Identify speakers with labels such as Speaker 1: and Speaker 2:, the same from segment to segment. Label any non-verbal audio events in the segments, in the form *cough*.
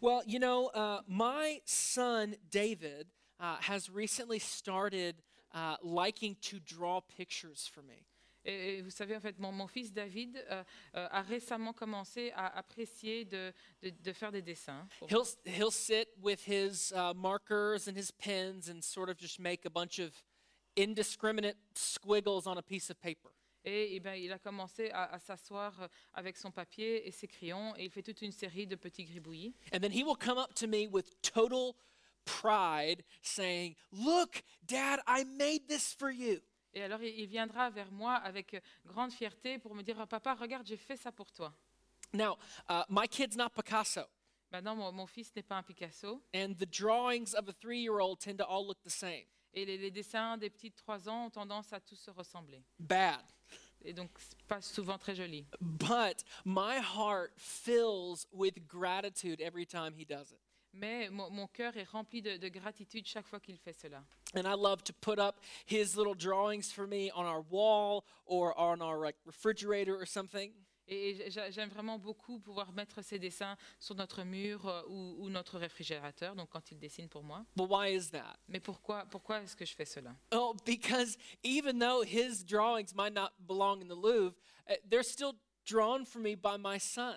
Speaker 1: Well, you know, uh, my son David uh, has recently started uh, liking to draw pictures for me.
Speaker 2: Et, et vous savez, en fait, mon, mon fils David euh, euh, a récemment commencé à apprécier de, de- de faire des dessins. pour moi.
Speaker 1: He'll he'll sit with his uh, markers and his pens and sort of just make a bunch of indiscriminate squiggles on a piece of paper.
Speaker 2: Et, eh ben, il a commencé à, à s'asseoir euh, avec son papier et ses crayons et il fait toute une série de petits gribouillis.
Speaker 1: And then he will come up to me with total pride saying, "Look, dad, I made this for you."
Speaker 2: Et alors, il, il viendra vers moi avec euh, grande fierté pour me dire Ah, Papa, regarde, j'ai fait ça pour toi.
Speaker 1: Now, uh, my kid's not Picasso,
Speaker 2: Maintenant, Ben mon, mon fils n'est pas un Picasso
Speaker 1: and the drawings of a 3-year-old tend to all look the same.
Speaker 2: et les, les dessins des petits de 3 ans ont tendance à tous se ressembler.
Speaker 1: Bad.
Speaker 2: Et donc, c'est pas souvent très joli.
Speaker 1: But my heart fills with gratitude every time he does it.
Speaker 2: Mais mon, mon cœur est rempli de, de gratitude chaque fois qu'il fait cela.
Speaker 1: And I love to put up his little drawings for me on our wall or on our like, refrigerator or something.
Speaker 2: Et et j'a- j'aime vraiment beaucoup pouvoir mettre ces dessins sur notre mur euh, ou, ou notre réfrigérateur, donc quand il dessine pour moi.
Speaker 1: But why is that?
Speaker 2: Mais pourquoi, pourquoi est-ce que je fais cela
Speaker 1: Oh, because even though his drawings might not belong in the Louvre, eh, they're still drawn for me by my son.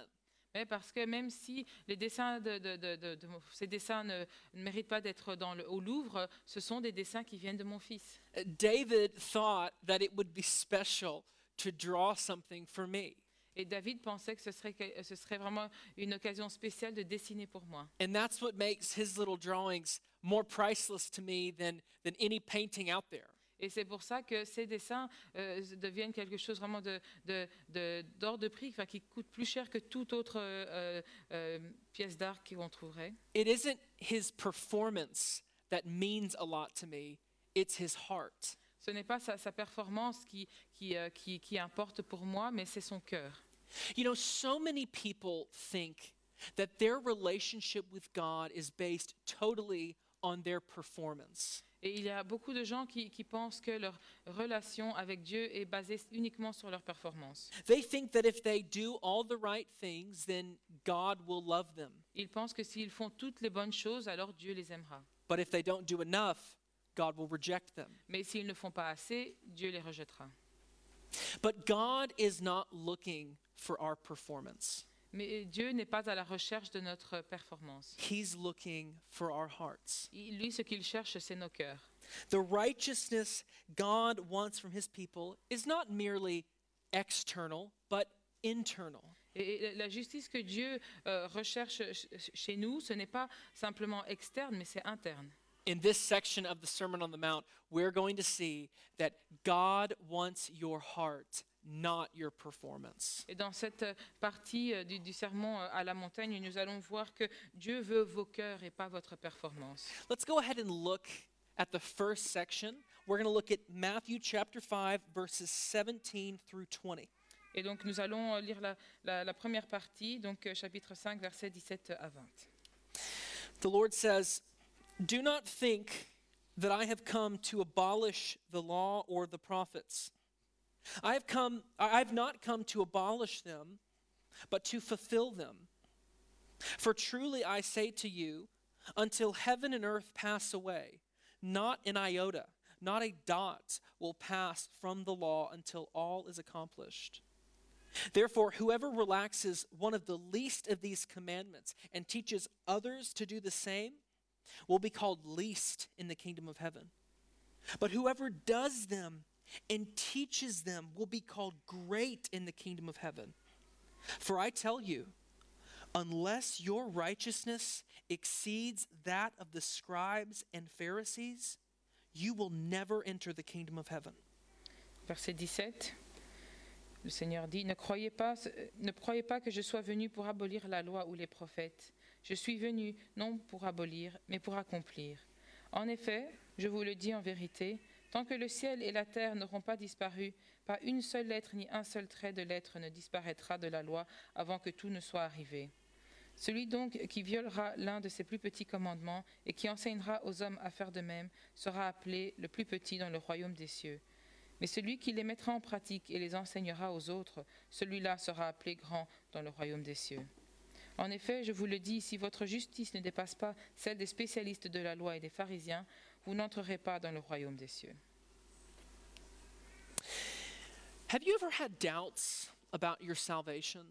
Speaker 2: Mais Parce que même si les dessins de, de- de- de- de mon- ces dessins ne, ne méritent pas d'être dans le- au Louvre, ce sont des dessins qui viennent de mon fils.
Speaker 1: Eh, David thought that it would be special to draw something for me.
Speaker 2: Et David pensait que ce serait, que- ce serait vraiment une occasion spéciale de dessiner pour moi.
Speaker 1: And that's what makes his little drawings more priceless to me than, than any painting out there.
Speaker 2: Et c'est pour ça que ces dessins euh, deviennent quelque chose vraiment de, de, de- d'hors de prix, enfin, qui coûte plus cher que toute autre euh, euh, euh, pièce d'art qu'on trouverait.
Speaker 1: It isn't his performance that means a lot to me, it's his heart.
Speaker 2: Ce n'est pas sa, sa performance qui, qui, euh, qui, qui importe pour moi, mais c'est son cœur.
Speaker 1: You know, so many people think that their relationship with God is based totally on their performance.
Speaker 2: Et il y a beaucoup de gens qui, qui pensent que leur relation avec Dieu est basée uniquement sur leur performance.
Speaker 1: They think that if they do all the right things, then God will love them.
Speaker 2: Ils pensent que s'ils font toutes les bonnes choses, alors Dieu les aimera.
Speaker 1: But if they don't do enough, God will reject them.
Speaker 2: Mais s'ils ne font pas assez, Dieu les rejettera.
Speaker 1: But God is not looking for our performance,
Speaker 2: Mais Dieu n'est pas à la recherche de notre performance.
Speaker 1: He's looking for our hearts.
Speaker 2: Il- Lui, ce qu'il cherche, c'est nos cœurs.
Speaker 1: The righteousness God wants from his people is not merely external, but internal.
Speaker 2: Et et la justice que Dieu euh, recherche ch- ch- chez nous, ce n'est pas simplement externe, mais c'est interne.
Speaker 1: In this section of the Sermon on the Mount, we're going to see that God wants your heart, not your performance.
Speaker 2: Et dans cette euh, partie euh, du, du sermon euh, à la montagne, nous allons voir que Dieu veut vos cœurs et pas votre performance.
Speaker 1: Let's go ahead and look at the first section. We're going to look at Matthew chapter 5, verses 17 through 20.
Speaker 2: Et donc nous allons euh, lire la, la- la première partie, donc euh, chapitre 5, versets 17 à 20.
Speaker 1: The Lord says, Do not think that I have come to abolish the law or the prophets. I have come I have not come to abolish them, but to fulfill them. For truly I say to you, until heaven and earth pass away, not an iota, not a dot will pass from the law until all is accomplished. Therefore, whoever relaxes one of the least of these commandments and teaches others to do the same will be called least in the kingdom of heaven. But whoever does them and teaches them will be called great in the kingdom of heaven. For I tell you, unless your righteousness exceeds that of the scribes and Pharisees, you will never enter the kingdom of heaven.
Speaker 2: Verset 17. Le Seigneur dit, ne croyez pas, ne croyez pas que je sois venu pour abolir la loi ou les prophètes. Je suis venu non pour abolir, mais pour accomplir. En effet, je vous le dis en vérité, tant que le ciel et la terre n'auront pas disparu, pas une seule lettre ni un seul trait de lettre ne disparaîtra de la loi avant que tout ne soit arrivé. Celui donc qui violera l'un de ces plus petits commandements et qui enseignera aux hommes à faire de même sera appelé le plus petit dans le royaume des cieux. Mais celui qui les mettra en pratique et les enseignera aux autres, celui-là sera appelé grand dans le royaume des cieux. En effet, je vous le dis, si votre justice ne dépasse pas celle des spécialistes de la loi et des pharisiens, vous n'entrerez pas dans le royaume des cieux.
Speaker 1: Have you ever had doubts about your salvation?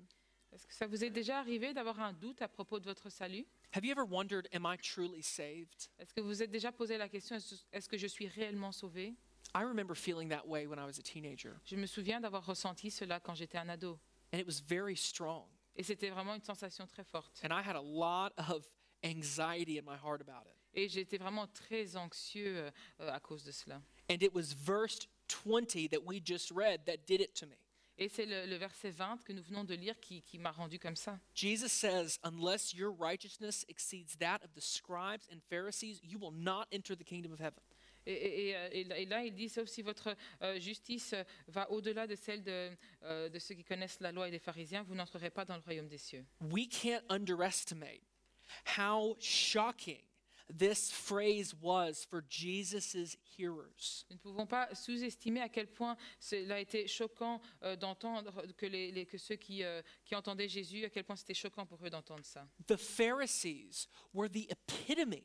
Speaker 2: Est-ce que ça vous est déjà arrivé d'avoir un doute à propos de votre salut
Speaker 1: Have you ever wondered, am I truly saved?
Speaker 2: Est-ce que vous vous êtes déjà posé la question, est-ce- est-ce que je suis réellement sauvé
Speaker 1: I remember feeling that way when I was a teenager,
Speaker 2: Je me souviens d'avoir ressenti cela quand j'étais un ado.
Speaker 1: and it was very strong.
Speaker 2: Et c'était vraiment une sensation très forte.
Speaker 1: And I had a lot of anxiety in my heart about it.
Speaker 2: Et j'étais vraiment très anxieux euh, euh, à cause de cela.
Speaker 1: And it was verse 20 that we just read that did it to me.
Speaker 2: Et c'est le, le verset 20 que nous venons de lire qui, qui m'a rendu comme ça.
Speaker 1: Jesus says, Unless your righteousness exceeds that of the scribes and Pharisees, you will not enter the kingdom of heaven.
Speaker 2: Et, et- et, euh, et là- et là, il dit, sauf si votre euh, justice euh, va au-delà de celle de, euh, de ceux qui connaissent la loi et des pharisiens, vous n'entrerez pas dans le royaume des cieux.
Speaker 1: We can't underestimate how shocking this phrase was for Jesus' hearers.
Speaker 2: Nous ne pouvons pas sous-estimer à quel point cela a été choquant euh, d'entendre que, les, les- que ceux qui, euh, qui entendaient Jésus, à quel point c'était choquant pour eux d'entendre ça.
Speaker 1: The Pharisees were the epitome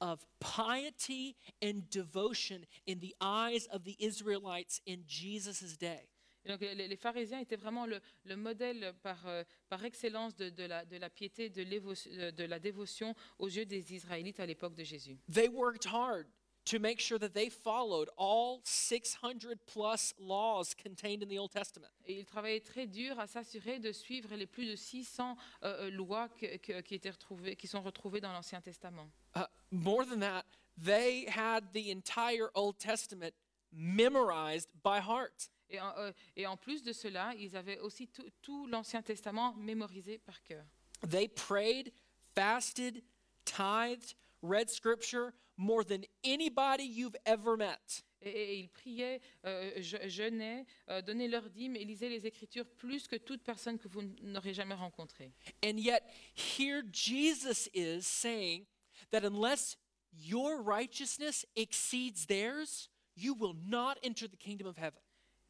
Speaker 1: of piety and devotion in the eyes of the Israelites in Jesus' day.
Speaker 2: Et donc, les, les pharisiens étaient vraiment le, le modèle par, euh, par excellence de, de la, de la piété, de, l'évo- euh, de la dévotion aux yeux des Israélites à l'époque de Jésus.
Speaker 1: They worked hard to make sure that they followed all 600 plus laws contained in the Old Testament.
Speaker 2: Et ils travaillaient très dur à s'assurer de suivre les plus de 600 euh, euh, lois que- que- qui, étaient retrouvées, qui sont retrouvées dans l'Ancien Testament.
Speaker 1: Uh, more than that, they had the entire Old Testament memorized by heart.
Speaker 2: Et en, euh, et en plus de cela, ils avaient aussi tout, tout l'Ancien Testament mémorisé par cœur.
Speaker 1: They prayed, fasted, tithed, read scripture more than anybody you've ever met.
Speaker 2: Et, et- et ils priaient, euh, je- jeûnaient, euh, donnaient leur dîme et lisaient les Écritures plus que toute personne que vous n- n'aurez jamais rencontrée.
Speaker 1: And yet, here Jesus is saying that unless your righteousness exceeds theirs, you will not enter the kingdom of heaven.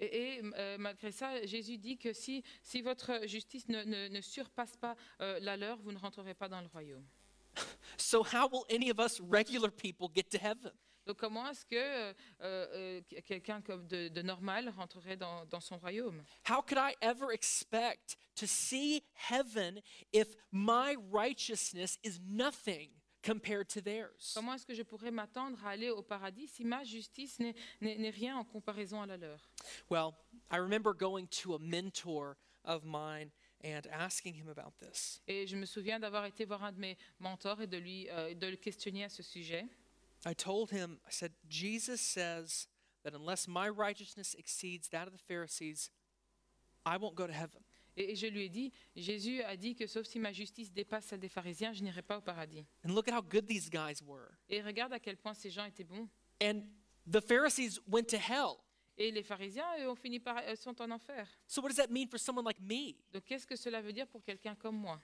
Speaker 2: Et, et, m- euh, malgré ça, Jésus dit que si, si votre justice ne, ne- ne surpasse pas euh, la leur, vous ne rentrerez pas dans le royaume.
Speaker 1: So, how will any of us regular people get to heaven?
Speaker 2: Donc comment est-ce que euh, euh, que- quelqu'un comme de, de normal rentrerait dans, dans son royaume
Speaker 1: How could I ever expect to see heaven if my righteousness is nothing compared to theirs?
Speaker 2: Comment est-ce que je pourrais m'attendre à aller au paradis si ma justice n'est- n'est n'est rien en comparaison à la leur
Speaker 1: Well, I remember going to a mentor of mine and asking him about this.
Speaker 2: Et je me souviens d'avoir été voir un de mes mentors et de, lui, euh, de le questionner à ce sujet.
Speaker 1: I told him, I said, Jesus says that unless my righteousness exceeds that of the Pharisees, I won't go to heaven.
Speaker 2: Et et je lui ai dit, Jésus a dit que sauf si ma justice dépasse celle des pharisiens, je n'irai pas au paradis.
Speaker 1: And look at how good these guys were.
Speaker 2: Et regarde à quel point ces gens étaient bons.
Speaker 1: And the Pharisees went to hell.
Speaker 2: Et les pharisiens, eux, ont fini par, euh, sont en enfer.
Speaker 1: So, what does that mean for someone like me?
Speaker 2: Donc qu'est-ce que cela veut dire pour quelqu'un comme moi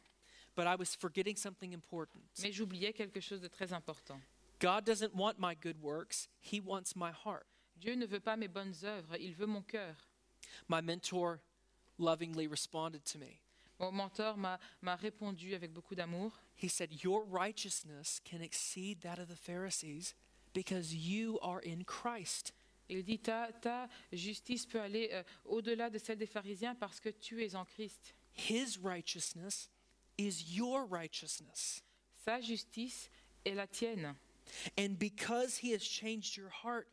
Speaker 1: But I was forgetting something important.
Speaker 2: Mais j'oubliais quelque chose de très important.
Speaker 1: God doesn't want my good works, He wants my heart.
Speaker 2: Dieu ne veut pas mes bonnes œuvres, il veut mon cœur.
Speaker 1: My mentor lovingly responded to me.
Speaker 2: Mon mentor m'a m'a répondu avec beaucoup d'amour.
Speaker 1: He said, Your righteousness can exceed that of the Pharisees because you are in Christ.
Speaker 2: Il dit, ta, ta justice peut aller euh, au-delà de celle des pharisiens parce que tu es en Christ.
Speaker 1: His righteousness is your righteousness.
Speaker 2: Sa justice est la tienne.
Speaker 1: And because He has changed your heart,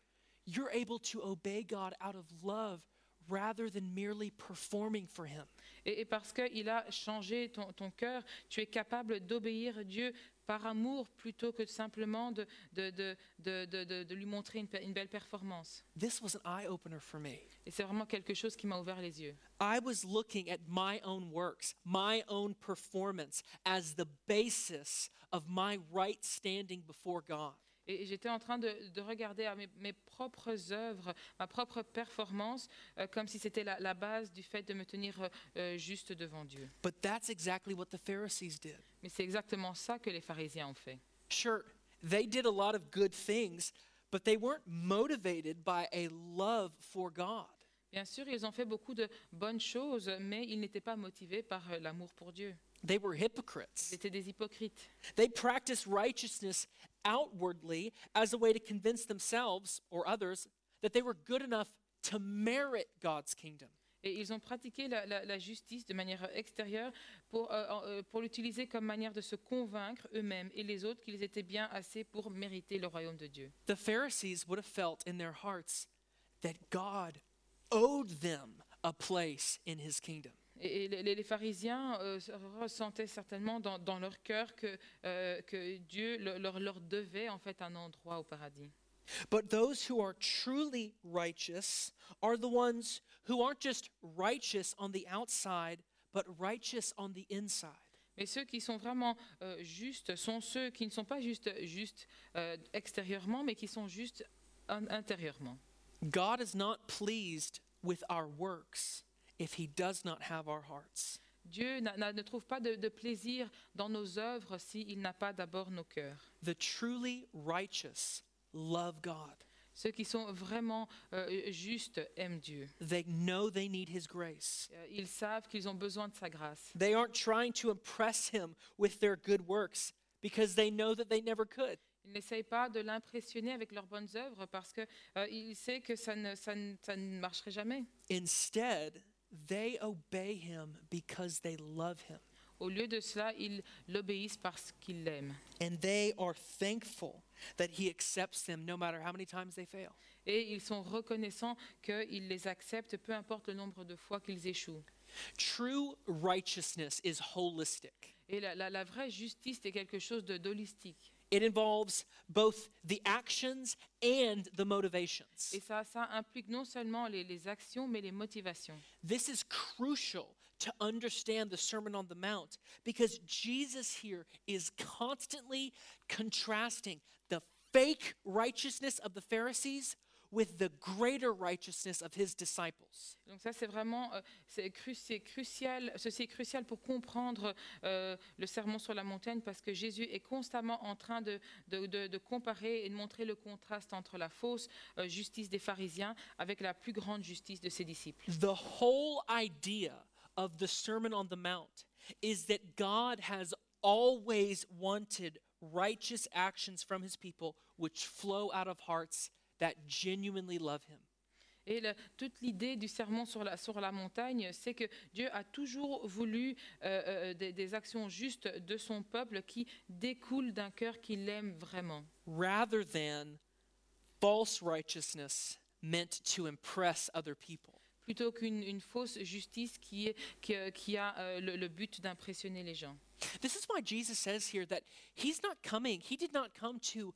Speaker 1: you're able to obey God out of love rather than merely performing for Him.
Speaker 2: Et, et parce qu'il a changé ton, ton cœur, tu es capable d'obéir Dieu par amour plutôt que simplement de, de, de, de, de- de- de lui montrer une pe- une belle performance.
Speaker 1: This was an eye opener for me.
Speaker 2: Et c'est vraiment quelque chose qui m'a ouvert les yeux.
Speaker 1: I was looking at my own works, my own performance as the basis of my right standing before God.
Speaker 2: Et et j'étais en train de, de regarder à mes, mes propres œuvres, ma propre performance, euh, comme si c'était la, la base du fait de me tenir euh, euh, juste devant Dieu.
Speaker 1: But that's exactly what the Pharisees did.
Speaker 2: Mais c'est exactement ça que les pharisiens ont fait.
Speaker 1: Sure, they did a lot of good things, but they weren't motivated by a love for God.
Speaker 2: Bien sûr, ils ont fait beaucoup de bonnes choses, mais ils n'étaient pas motivés par euh, l'amour pour Dieu.
Speaker 1: They were hypocrites.
Speaker 2: Ils étaient des hypocrites.
Speaker 1: They practiced righteousness outwardly as a way to convince themselves or others that they were good enough to merit God's kingdom.
Speaker 2: Et ils ont pratiqué la, la- la justice de manière extérieure pour, euh, en- euh, pour l'utiliser comme manière de se convaincre eux-mêmes et les autres qu'ils étaient bien assez pour mériter le royaume de Dieu.
Speaker 1: The Pharisees would have felt in their hearts that God owed them a place in his kingdom.
Speaker 2: Et, et les, les- les pharisiens euh, se ressentaient certainement dans, dans leur cœur que, euh, que Dieu le- leur, leur devait en fait un endroit au paradis.
Speaker 1: But those who are truly righteous are the ones who aren't just righteous on the outside, but righteous on the inside.
Speaker 2: Mais ceux qui sont vraiment euh, justes sont ceux qui ne sont pas juste justes euh, extérieurement, mais qui sont justes in- intérieurement.
Speaker 1: God is not pleased with our works if he does not have our hearts.
Speaker 2: Dieu n'a- n'a- ne trouve pas de, de plaisir dans nos œuvres s'il n'a pas d'abord nos cœurs.
Speaker 1: The truly righteous love God.
Speaker 2: Ceux qui sont vraiment euh, justes aiment Dieu.
Speaker 1: They know they need his grace.
Speaker 2: Euh, Ils savent qu'ils ont besoin de sa grâce.
Speaker 1: They aren't trying to impress him with their good works because they know that they never could.
Speaker 2: Ils n'essayent pas de l'impressionner avec leurs bonnes œuvres parce qu'ils savent que ça ne, ça ne- ça ne marcherait jamais.
Speaker 1: Instead, they obey him because they love him.
Speaker 2: Au lieu de cela, ils l'obéissent parce qu'ils l'aiment.
Speaker 1: And they are thankful that he accepts them no matter how many times they fail.
Speaker 2: Et ils sont reconnaissants qu'il les accepte, peu importe le nombre de fois qu'ils échouent.
Speaker 1: True righteousness is holistic.
Speaker 2: Et la, la- la vraie justice est quelque chose de holistique.
Speaker 1: It involves both the actions and the motivations.
Speaker 2: Et ça, ça implique non seulement les, les actions, mais les motivations.
Speaker 1: This is crucial to understand the Sermon on the Mount because Jesus here is constantly contrasting the fake righteousness of the Pharisees with the greater righteousness of his disciples.
Speaker 2: Donc ça, c'est vraiment euh, c'est cru- c'est crucial. Ceci est crucial pour comprendre euh, le sermon sur la montagne parce que Jésus est constamment en train de, de- de- de comparer et de montrer le contraste entre la fausse euh, justice des pharisiens avec la plus grande justice de ses disciples.
Speaker 1: The whole idea of the Sermon on the Mount is that God has always wanted righteous actions from his people which flow out of hearts that genuinely love him.
Speaker 2: Et le- toute l'idée du sermon sur la, sur la montagne, c'est que Dieu a toujours voulu euh, euh, des, des actions justes de son peuple qui découlent d'un cœur qui l'aime vraiment.
Speaker 1: rather than false righteousness meant to impress other people.
Speaker 2: plutôt qu'une une fausse justice qui, est, qui, euh, qui a euh, le, le but d'impressionner les gens.
Speaker 1: This is why Jesus says here that he's not coming, he did not come to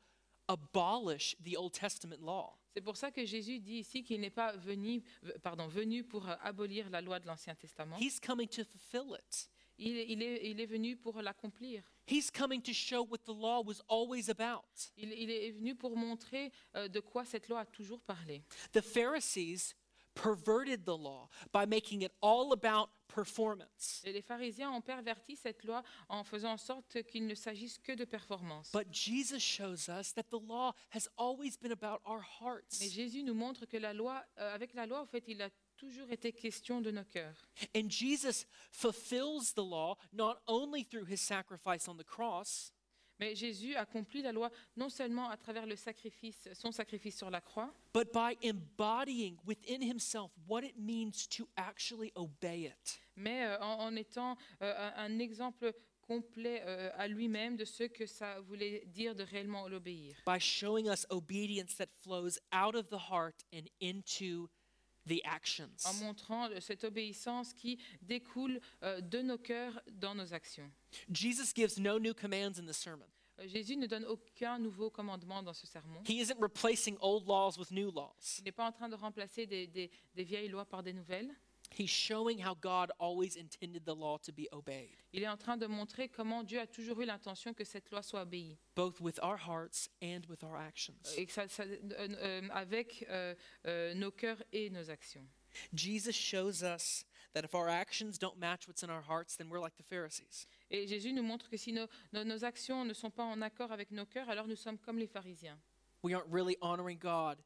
Speaker 1: abolish the Old Testament law.
Speaker 2: C'est pour ça que Jésus dit ici qu'il n'est pas venu, v- pardon, venu pour euh, abolir la loi de l'Ancien Testament.
Speaker 1: He's coming to fulfill it.
Speaker 2: Il, est- il est, il est venu pour l'accomplir.
Speaker 1: He's coming to show what the law was always about.
Speaker 2: Il, il est venu pour montrer euh, de quoi cette loi a toujours parlé.
Speaker 1: The Pharisees perverted the law by making it all about performance.
Speaker 2: Et les pharisiens ont perverti cette loi en faisant en sorte qu'il ne s'agisse que de performance.
Speaker 1: But Jesus shows us that the law has always been about our
Speaker 2: Mais
Speaker 1: hearts.
Speaker 2: Jésus nous montre que la loi, euh, avec la loi, en fait, il a toujours été question de nos cœurs.
Speaker 1: And Jesus fulfills the law not only through his sacrifice on the cross,
Speaker 2: Mais Jésus accomplit la loi non seulement à travers le sacrifice, son sacrifice sur la croix,
Speaker 1: but by embodying within himself what it means to actually obey it.
Speaker 2: mais euh, en, en étant euh, un, un exemple complet euh, à lui-même de ce que ça voulait dire de réellement l'obéir.
Speaker 1: By showing us obedience that flows out of the heart and into the actions.
Speaker 2: En montrant euh, cette obéissance qui découle euh, de nos cœurs dans nos actions.
Speaker 1: Jesus gives no new commands in the sermon.
Speaker 2: Euh, Jésus ne donne aucun nouveau commandement dans ce sermon.
Speaker 1: He isn't replacing old laws with new laws.
Speaker 2: Il n'est pas en train de remplacer des- des- des vieilles lois par des nouvelles.
Speaker 1: He's showing how God always intended the law to be obeyed,
Speaker 2: Il est en train de montrer comment Dieu a toujours eu l'intention que cette loi soit obéie.
Speaker 1: both with our hearts and with our actions.
Speaker 2: et que ça- ça- euh, euh, avec euh, euh, nos cœurs et nos actions.
Speaker 1: Jesus shows us that if our actions don't match what's in our hearts, then we're like the Pharisees.
Speaker 2: Et Jésus nous montre que si nos, nos- nos actions ne sont pas en accord avec nos cœurs, alors nous sommes comme les pharisiens.
Speaker 1: We aren't really honoring God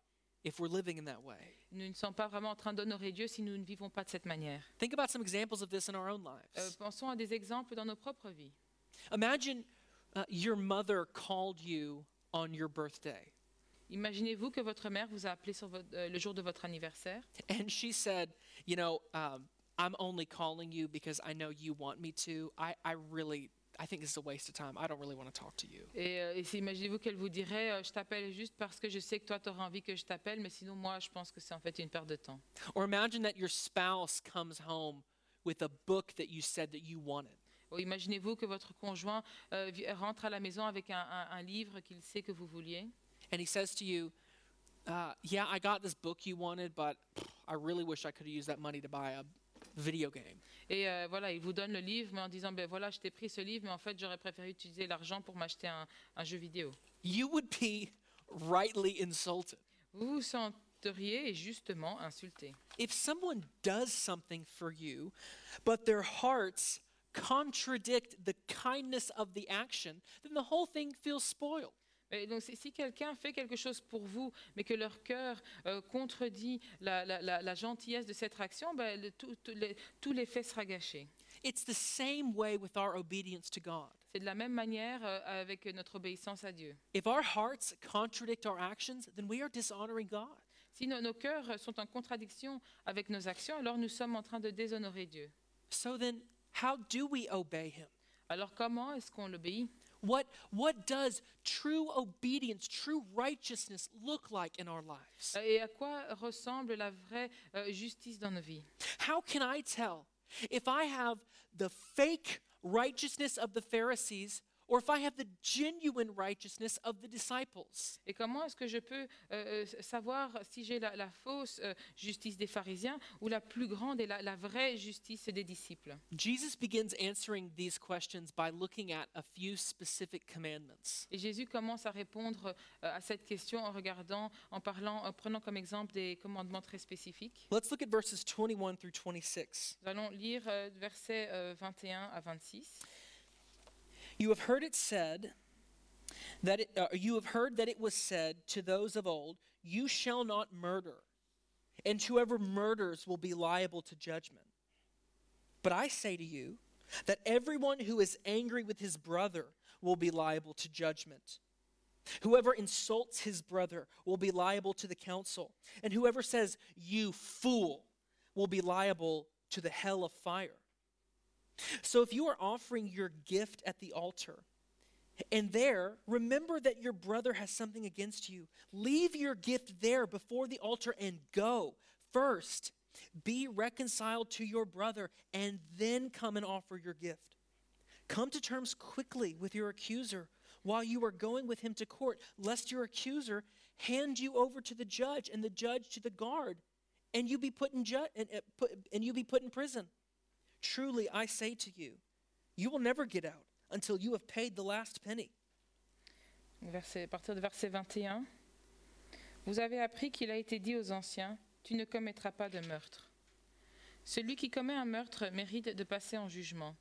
Speaker 1: if we're living in that way.
Speaker 2: Nous ne sommes pas vraiment en train d'honorer Dieu si nous ne vivons pas de cette manière.
Speaker 1: Think about some examples of this in our own lives.
Speaker 2: Euh, pensons à des exemples dans nos propres vies.
Speaker 1: Imagine uh, your mother called you on your birthday
Speaker 2: Imaginez-vous que votre mère vous a appelé sur votre- euh, le jour de votre anniversaire
Speaker 1: and she said, You know, um, I'm only calling you because I know you want me to. I, I really, I think this is a waste of time. I don't really want to talk to you.
Speaker 2: et, euh, et si- imaginez-vous qu'elle vous dirait euh, je t'appelle juste parce que je sais que toi tu auras envie que je t'appelle mais sinon moi je pense que c'est en fait une perte de temps.
Speaker 1: Or imagine that your spouse comes home with a book that you said that you wanted.
Speaker 2: Ou imaginez-vous que votre conjoint euh, vi- rentre à la maison avec un, un- un livre qu'il sait que vous vouliez
Speaker 1: And he says to you, uh, Yeah, I got this book you wanted, but pff, I really wish I could have used that money to buy a video game.
Speaker 2: et euh, voilà il vous donne le livre mais en disant ben voilà je t'ai pris ce livre mais en fait j'aurais préféré utiliser l'argent pour m'acheter un, un jeu vidéo.
Speaker 1: You would be *laughs* rightly insulted.
Speaker 2: Vous vous senteriez et justement insulté.
Speaker 1: If someone does something for you, but their hearts contradict the kindness of the action, then the whole thing feels spoiled.
Speaker 2: Et donc, si si quelqu'un fait quelque chose pour vous, mais que leur cœur euh, contredit la, la- la- la gentillesse de cette action, ben, le- tout, tout les- tout l'effet sera gâché.
Speaker 1: It's the same way with our obedience to God.
Speaker 2: C'est de la même manière euh, avec notre obéissance à Dieu.
Speaker 1: If our hearts contradict our actions, then we are dishonoring God.
Speaker 2: Si no- nos cœurs sont en contradiction avec nos actions, alors nous sommes en train de déshonorer Dieu.
Speaker 1: So then, how do we obey Him?
Speaker 2: Alors comment est-ce qu'on l'obéit
Speaker 1: What, what does true obedience, true righteousness look like in our lives?
Speaker 2: Euh, Et à quoi ressemble la vraie euh, justice dans nos vies
Speaker 1: How can I tell if I have the fake righteousness of the Pharisees or if I have the genuine righteousness of the disciples?
Speaker 2: Et comment est-ce que je peux euh, euh, savoir si j'ai la, la fausse euh, justice des pharisiens ou la plus grande et la, la vraie justice des disciples
Speaker 1: Jesus begins answering these questions by looking at a few specific commandments.
Speaker 2: Et Jésus commence à répondre euh, à cette question en regardant, en parlant, en prenant comme exemple des commandements très spécifiques.
Speaker 1: Let's look at verses 21 through 26.
Speaker 2: Nous allons lire euh, versets euh, 21 à 26.
Speaker 1: You have heard it said that it, uh, you have heard that it was said to those of old, "You shall not murder," and whoever murders will be liable to judgment. But I say to you that everyone who is angry with his brother will be liable to judgment. Whoever insults his brother will be liable to the council, and whoever says, "You fool," will be liable to the hell of fire. So if you are offering your gift at the altar, and there remember that your brother has something against you, leave your gift there before the altar and go. First, be reconciled to your brother and then come and offer your gift. Come to terms quickly with your accuser while you are going with him to court, lest your accuser hand you over to the judge and the judge to the guard, and you be put in ju- and, uh, put, and you be put in prison. Truly, I say to you, you will never get out until you have paid the last penny.
Speaker 2: Verset- à partir de verset 21. Vous avez appris qu'il a été dit aux anciens, tu ne commettras pas de meurtre. Celui qui commet un meurtre mérite de passer en jugement.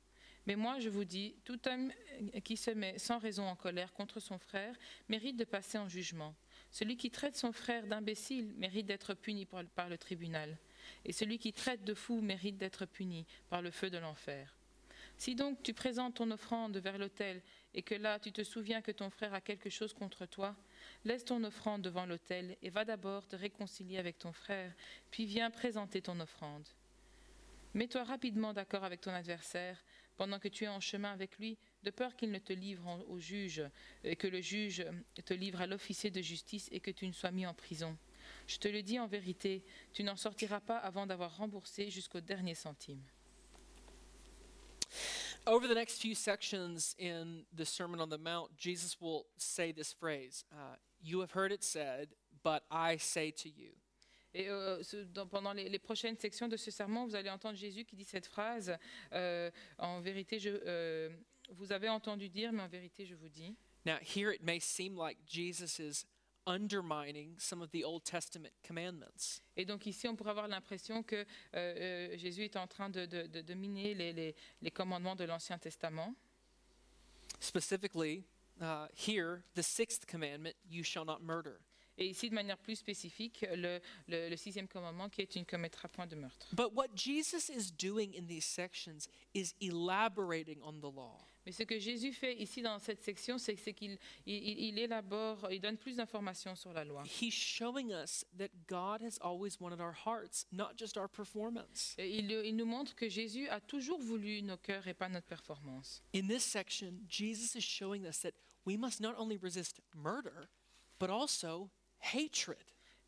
Speaker 2: Mais moi, je vous dis, tout homme euh, qui se met sans raison en colère contre son frère mérite de passer en jugement. Celui qui traite son frère d'imbécile mérite d'être puni par le- par le tribunal. Et celui qui traite de fou mérite d'être puni par le feu de l'enfer. Si donc tu présentes ton offrande vers l'autel et que là tu te souviens que ton frère a quelque chose contre toi, laisse ton offrande devant l'autel et va d'abord te réconcilier avec ton frère, puis viens présenter ton offrande. Mets-toi rapidement d'accord avec ton adversaire pendant que tu es en chemin avec lui, de peur qu'il ne te livre en- au juge, et que le juge euh, te livre à l'officier de justice et que tu ne sois mis en prison. Je te le dis en vérité, tu n'en sortiras pas avant d'avoir remboursé jusqu'au dernier centime.
Speaker 1: Over the next few sections in the Sermon on the Mount, Jesus will say this phrase uh, You have heard it said, but I say to you.
Speaker 2: Et euh, ce- dans- pendant les, les prochaines sections de ce sermon, vous allez entendre Jésus qui dit cette phrase. euh, en vérité, je, euh, vous avez entendu dire, mais en vérité, je vous dis.
Speaker 1: Now, here it may seem like Jesus is undermining some of the Old Testament commandments.
Speaker 2: Et donc ici, on pourrait avoir l'impression que euh, euh, Jésus est en train de, de- de- de miner les, les- les commandements de l'Ancien Testament.
Speaker 1: Specifically, uh, here, the sixth commandment, You shall not murder.
Speaker 2: Et ici, de manière plus spécifique, le, le- le sixième commandement qui est tu ne commettras point de meurtre.
Speaker 1: But what Jesus is doing in these sections is elaborating on the law.
Speaker 2: Mais ce que Jésus fait ici dans cette section, c'est c'est qu'il il, il- il élabore, il donne plus d'informations sur la loi.
Speaker 1: He's showing us that God has always wanted our hearts, not just our performance.
Speaker 2: Et Il, il nous montre que Jésus a toujours voulu nos cœurs et pas notre performance.
Speaker 1: In this section, Jesus is showing us that we must not only resist murder, but also hatred.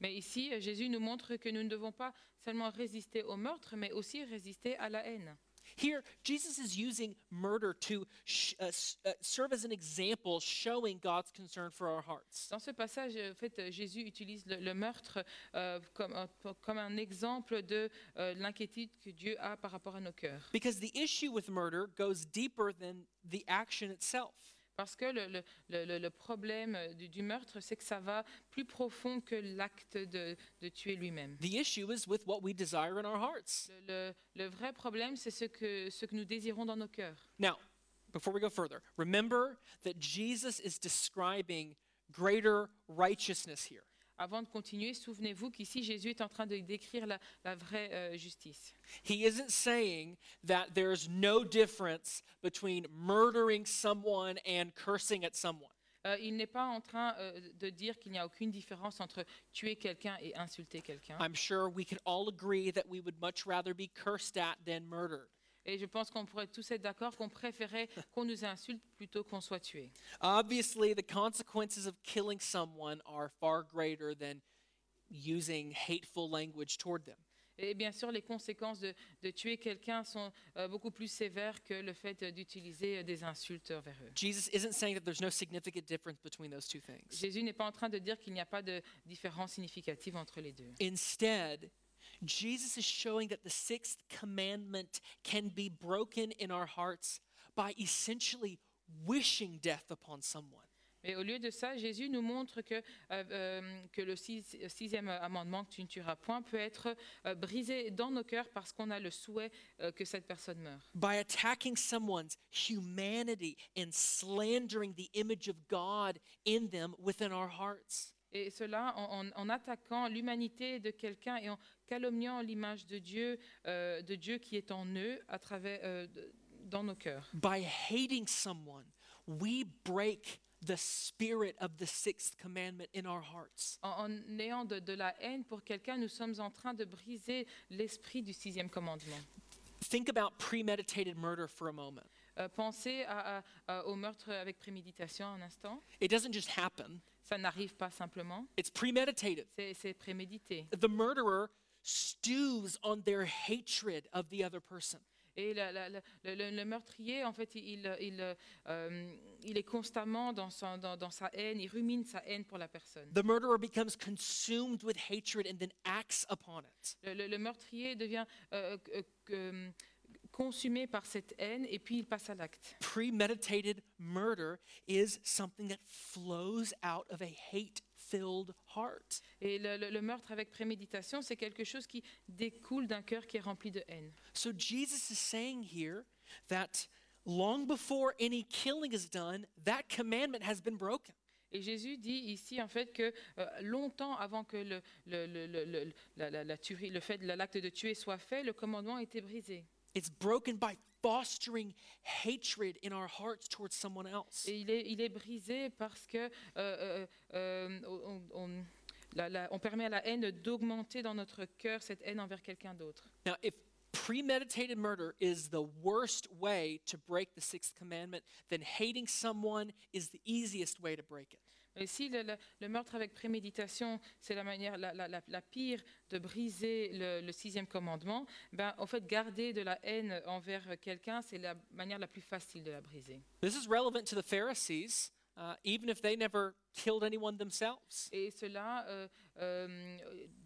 Speaker 2: Mais ici, euh, Jésus nous montre que nous ne devons pas seulement résister au meurtre, mais aussi résister à la haine.
Speaker 1: Here, Jesus is using murder to sh- uh, s- uh, serve as an example showing God's concern for our hearts.
Speaker 2: Dans ce passage, euh, en fait, euh, Jésus utilise le, le meurtre euh, comme, un- comme un exemple de euh, l'inquiétude que Dieu a par rapport à nos cœurs.
Speaker 1: Because the issue with murder goes deeper than the action itself.
Speaker 2: Parce que le, le- le- le- le problème euh, du, du meurtre, c'est que ça va plus profond que l'acte de, de tuer lui-même.
Speaker 1: The issue is with what we desire in our hearts.
Speaker 2: Le, le- le vrai problème, c'est ce que, ce que nous désirons dans nos cœurs.
Speaker 1: Now, before we go further, remember that Jesus is describing greater righteousness here.
Speaker 2: Avant de continuer, souvenez-vous qu'ici, Jésus est en train de décrire la, la vraie euh, justice.
Speaker 1: He isn't saying that there's no difference between murdering someone and cursing at someone.
Speaker 2: Euh, il n'est pas en train euh, de dire qu'il n'y a aucune différence entre tuer quelqu'un et insulter quelqu'un.
Speaker 1: I'm sure we could all agree that we would much rather be cursed at than murdered.
Speaker 2: Et je pense qu'on pourrait tous être d'accord qu'on préférait qu'on nous insulte plutôt qu'on soit tué.
Speaker 1: Obviously, the consequences of killing someone are far greater than using hateful language toward them.
Speaker 2: Et bien sûr, les conséquences de, de tuer quelqu'un sont euh, beaucoup plus sévères que le fait euh, d'utiliser euh, des insultes envers eux.
Speaker 1: Jesus isn't saying that there's no significant difference between those two things.
Speaker 2: Jésus n'est pas en train de dire qu'il n'y a pas de différence significative entre les deux.
Speaker 1: Instead, Jesus is showing that the sixth commandment can be broken in our hearts by essentially wishing death upon someone.
Speaker 2: Mais au lieu de ça, Jésus nous montre que, euh, euh, que le six- sixième amendement, que tu ne tueras point, peut être euh, brisé dans nos cœurs parce qu'on a le souhait euh, que cette personne meure.
Speaker 1: By attacking someone's humanity and slandering the image of God in them within our hearts.
Speaker 2: Et cela en, en- en attaquant l'humanité de quelqu'un et en calomniant l'image de Dieu, euh, de Dieu qui est en eux, à travers, euh, de- dans nos cœurs.
Speaker 1: By hating someone, we break the spirit of the sixth commandment in our hearts.
Speaker 2: En, en ayant de, de la haine pour quelqu'un, nous sommes en train de briser l'esprit du sixième commandement.
Speaker 1: Think about premeditated murder for a moment.
Speaker 2: Euh, pensez à- à- à- au meurtre avec préméditation un instant.
Speaker 1: It doesn't just happen,
Speaker 2: Ça n'arrive pas simplement,
Speaker 1: it's premeditated.
Speaker 2: c'est c'est prémédité.
Speaker 1: the murderer stews on their hatred of the other person.
Speaker 2: Et la- la- la- le, le- le meurtrier, en fait, il, il, euh, il est constamment dans, son- dans- dans sa haine, il rumine sa haine pour la personne.
Speaker 1: The murderer becomes consumed with hatred and then acts upon it.
Speaker 2: Le, le- le meurtrier devient euh, euh, euh, consumé par cette haine et puis il passe à l'acte.
Speaker 1: Premeditated murder is something that flows out of a hate filled heart.
Speaker 2: Et le, le- le meurtre avec préméditation, c'est quelque chose qui découle d'un cœur qui est rempli de haine.
Speaker 1: So Jesus is saying here that long before any killing is done, that commandment has been broken.
Speaker 2: Et Jésus dit ici en fait que euh, longtemps avant que le, le- le- le- le- la, la- la tuerie, le fait de l'acte de tuer soit fait, le commandement a été brisé.
Speaker 1: It's broken by fostering hatred in our hearts towards someone else.
Speaker 2: Et il est, il est brisé parce que euh, euh, euh, on, on- la- la- on permet à la haine d'augmenter dans notre cœur cette haine envers quelqu'un d'autre.
Speaker 1: Now, if premeditated murder is the worst way to break the sixth commandment, then hating someone is the easiest way to break it.
Speaker 2: Et si le, le- le meurtre avec préméditation, c'est la manière la, la- la- la pire de briser le, le sixième commandement, ben, en fait, garder de la haine envers quelqu'un, c'est la manière la plus facile de la briser.
Speaker 1: This is relevant to the Pharisees, uh, even if they never killed anyone themselves.
Speaker 2: Et cela, euh, euh,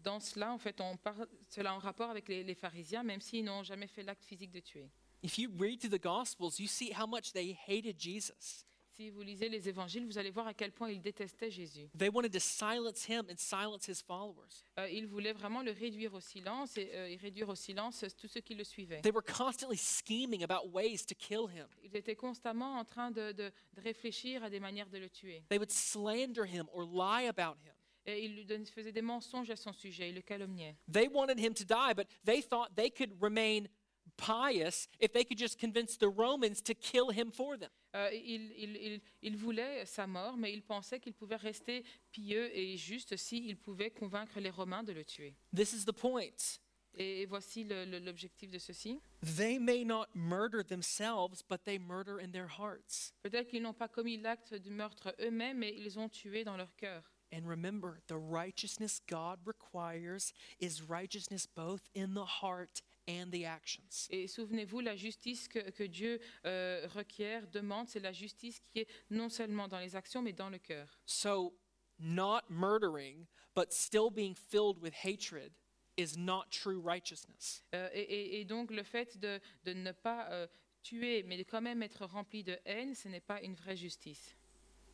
Speaker 2: dans cela, en fait, on parle, cela en rapport avec les, les pharisiens, même s'ils n'ont jamais fait l'acte physique de tuer.
Speaker 1: If you read through the Gospels, you see how much they hated Jesus.
Speaker 2: Si vous lisez les évangiles, vous allez voir à quel point ils détestaient Jésus.
Speaker 1: They wanted to silence him and silence his followers.
Speaker 2: Euh, ils voulaient vraiment le réduire au silence et, euh, et réduire au silence tous ceux qui le suivaient.
Speaker 1: They were constantly scheming about ways to kill him.
Speaker 2: Ils étaient constamment en train de, de- de réfléchir à des manières de le tuer.
Speaker 1: They would slander him or lie about him.
Speaker 2: Et Et il lui donne- faisait des mensonges à son sujet, il le calomniait.
Speaker 1: They wanted him to die, but they thought they could remain pious if they could just convince the Romans to kill him for them.
Speaker 2: Euh, il, il- il- il voulait sa mort, mais il pensait qu'il pouvait rester pieux et juste s'il pouvait convaincre les Romains de le tuer.
Speaker 1: This is the point.
Speaker 2: Et, voici le- le- l'objectif de ceci.
Speaker 1: They may not murder themselves, but they murder in their hearts.
Speaker 2: Peut-être qu'ils n'ont pas commis l'acte du meurtre eux-mêmes, mais ils ont tué dans leur cœur.
Speaker 1: And remember, the righteousness God requires is righteousness both in the heart and the actions.
Speaker 2: Et souvenez-vous, la justice que, que Dieu euh, requiert, demande, c'est la justice qui est non seulement dans les actions, mais dans le cœur.
Speaker 1: So, not murdering, but still being filled with hatred is not true righteousness.
Speaker 2: Euh, et, et- et donc le fait de, de ne pas euh, tuer, mais de quand même être rempli de haine, ce n'est pas une vraie justice.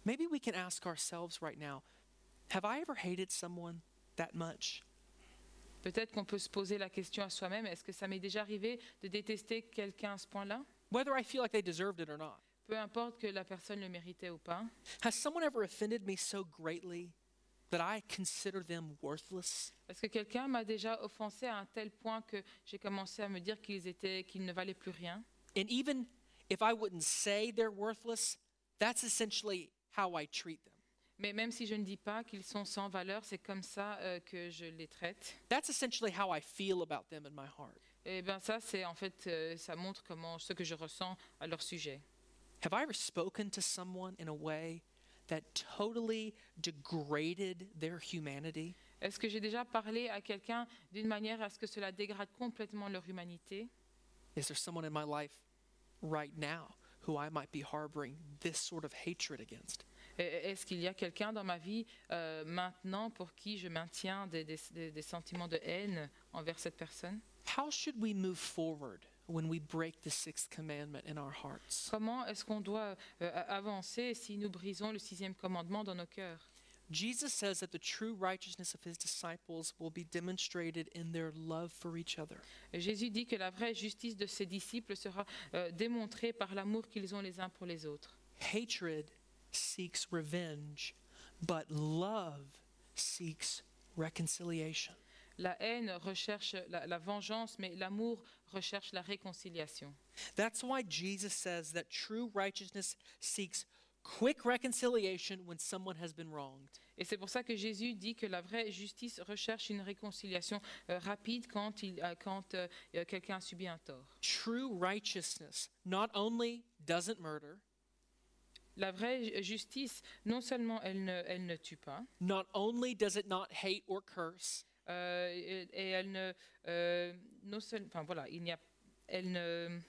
Speaker 1: Maybe we can ask ourselves right now have I ever hated someone that much?
Speaker 2: Peut-être qu'on peut se poser la question à soi-même, est-ce que ça m'est déjà arrivé de détester quelqu'un à ce point-là
Speaker 1: Whether I feel like they deserved it or not.
Speaker 2: Peu importe que la personne le méritait ou pas.
Speaker 1: Has someone ever offended me so greatly that I consider them worthless?
Speaker 2: Parce que quelqu'un m'a déjà offensé à un tel point que j'ai commencé à me dire qu'ils étaient, qu'ils ne valaient plus rien.
Speaker 1: And even if I wouldn't say they're worthless, that's essentially how I treat them.
Speaker 2: Mais même si je ne dis pas qu'ils sont sans valeur, c'est comme ça euh, que je les traite.
Speaker 1: That's essentially how I feel about them in my heart.
Speaker 2: Et bien ça, c'est en fait, euh, ça montre comment ce que je ressens à leur sujet.
Speaker 1: Have I ever spoken to someone in a way that totally degraded their humanity?
Speaker 2: Est-ce que j'ai déjà parlé à quelqu'un d'une manière à ce que cela dégrade complètement leur humanité
Speaker 1: Is there someone in my life right now who I might be harboring this sort of hatred against?
Speaker 2: Et- et Est-ce qu'il y a quelqu'un dans ma vie euh, maintenant pour qui je maintiens des, des- des- des sentiments de haine envers cette personne
Speaker 1: How should we move forward when we break the sixth commandment in our hearts?
Speaker 2: Comment est-ce qu'on doit euh, a- avancer si nous brisons le sixième commandement dans nos cœurs
Speaker 1: Jesus says that the true righteousness of his disciples will be demonstrated in their love for each other.
Speaker 2: Jésus dit que la vraie justice de ses disciples sera euh, démontrée par l'amour qu'ils ont les uns pour les autres.
Speaker 1: Hatred seeks revenge, but love seeks reconciliation.
Speaker 2: La haine recherche la, la vengeance, mais l'amour recherche la réconciliation.
Speaker 1: That's why Jesus says that true righteousness seeks quick reconciliation when someone has been wronged.
Speaker 2: Et c'est pour ça que Jésus dit que la vraie justice recherche une réconciliation euh, rapide quand, il- euh, quand euh, euh, quelqu'un a subi un tort.
Speaker 1: True righteousness not only doesn't murder,
Speaker 2: La vraie ju- justice, non seulement elle ne, elle ne tue pas,
Speaker 1: not only does it not hate or curse,
Speaker 2: euh, et, et elle ne, euh, non seul- enfin voilà, il n'y a, elle ne,